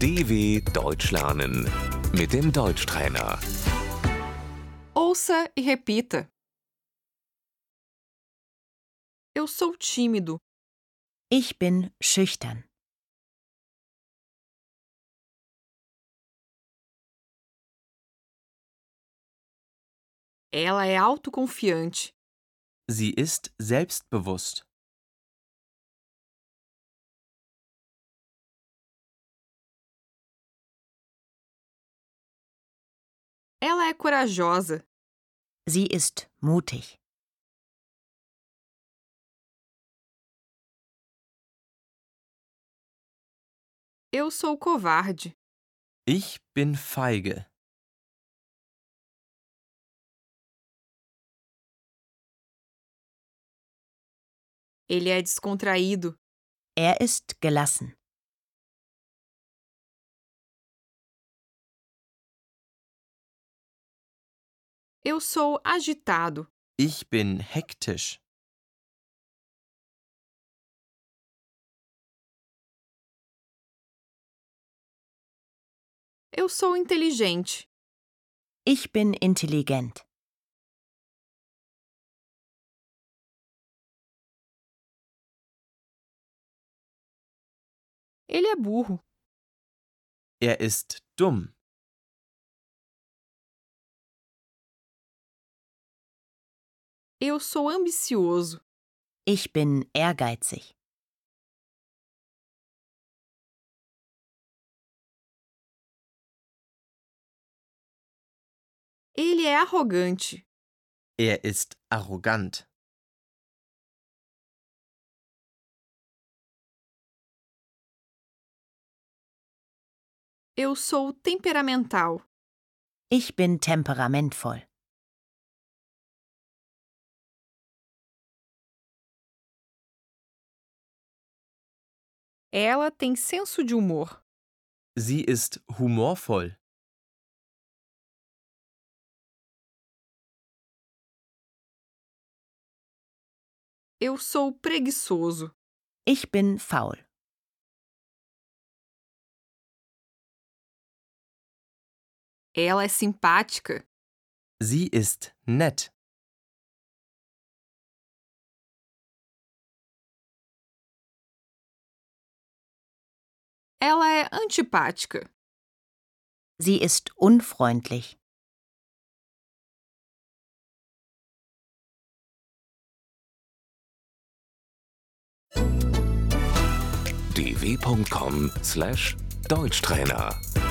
DW Deutsch lernen mit dem Deutschtrainer. Ouça e repita. Eu sou tímido. Ich bin schüchtern. Ela é autoconfiante. Sie ist selbstbewusst. Ela é corajosa. Sie ist mutig. Eu sou covarde. Ich bin feige. Ele é descontraído. Er ist gelassen. Eu sou agitado. Ich bin hektisch. Eu sou inteligente. Ich bin intelligent. Ele é burro. Er ist dumm. Eu sou ambicioso. Ich bin ehrgeizig. Ele é arrogante. Er ist arrogant. Eu sou temperamental. Ich bin temperamentvoll. Ela tem senso de humor. Sie ist humorvoll. Eu sou preguiçoso. Ich bin faul. Ela é simpática. Sie ist nett. Ela é antipática. Sie ist unfreundlich. dw.com/deutschtrainer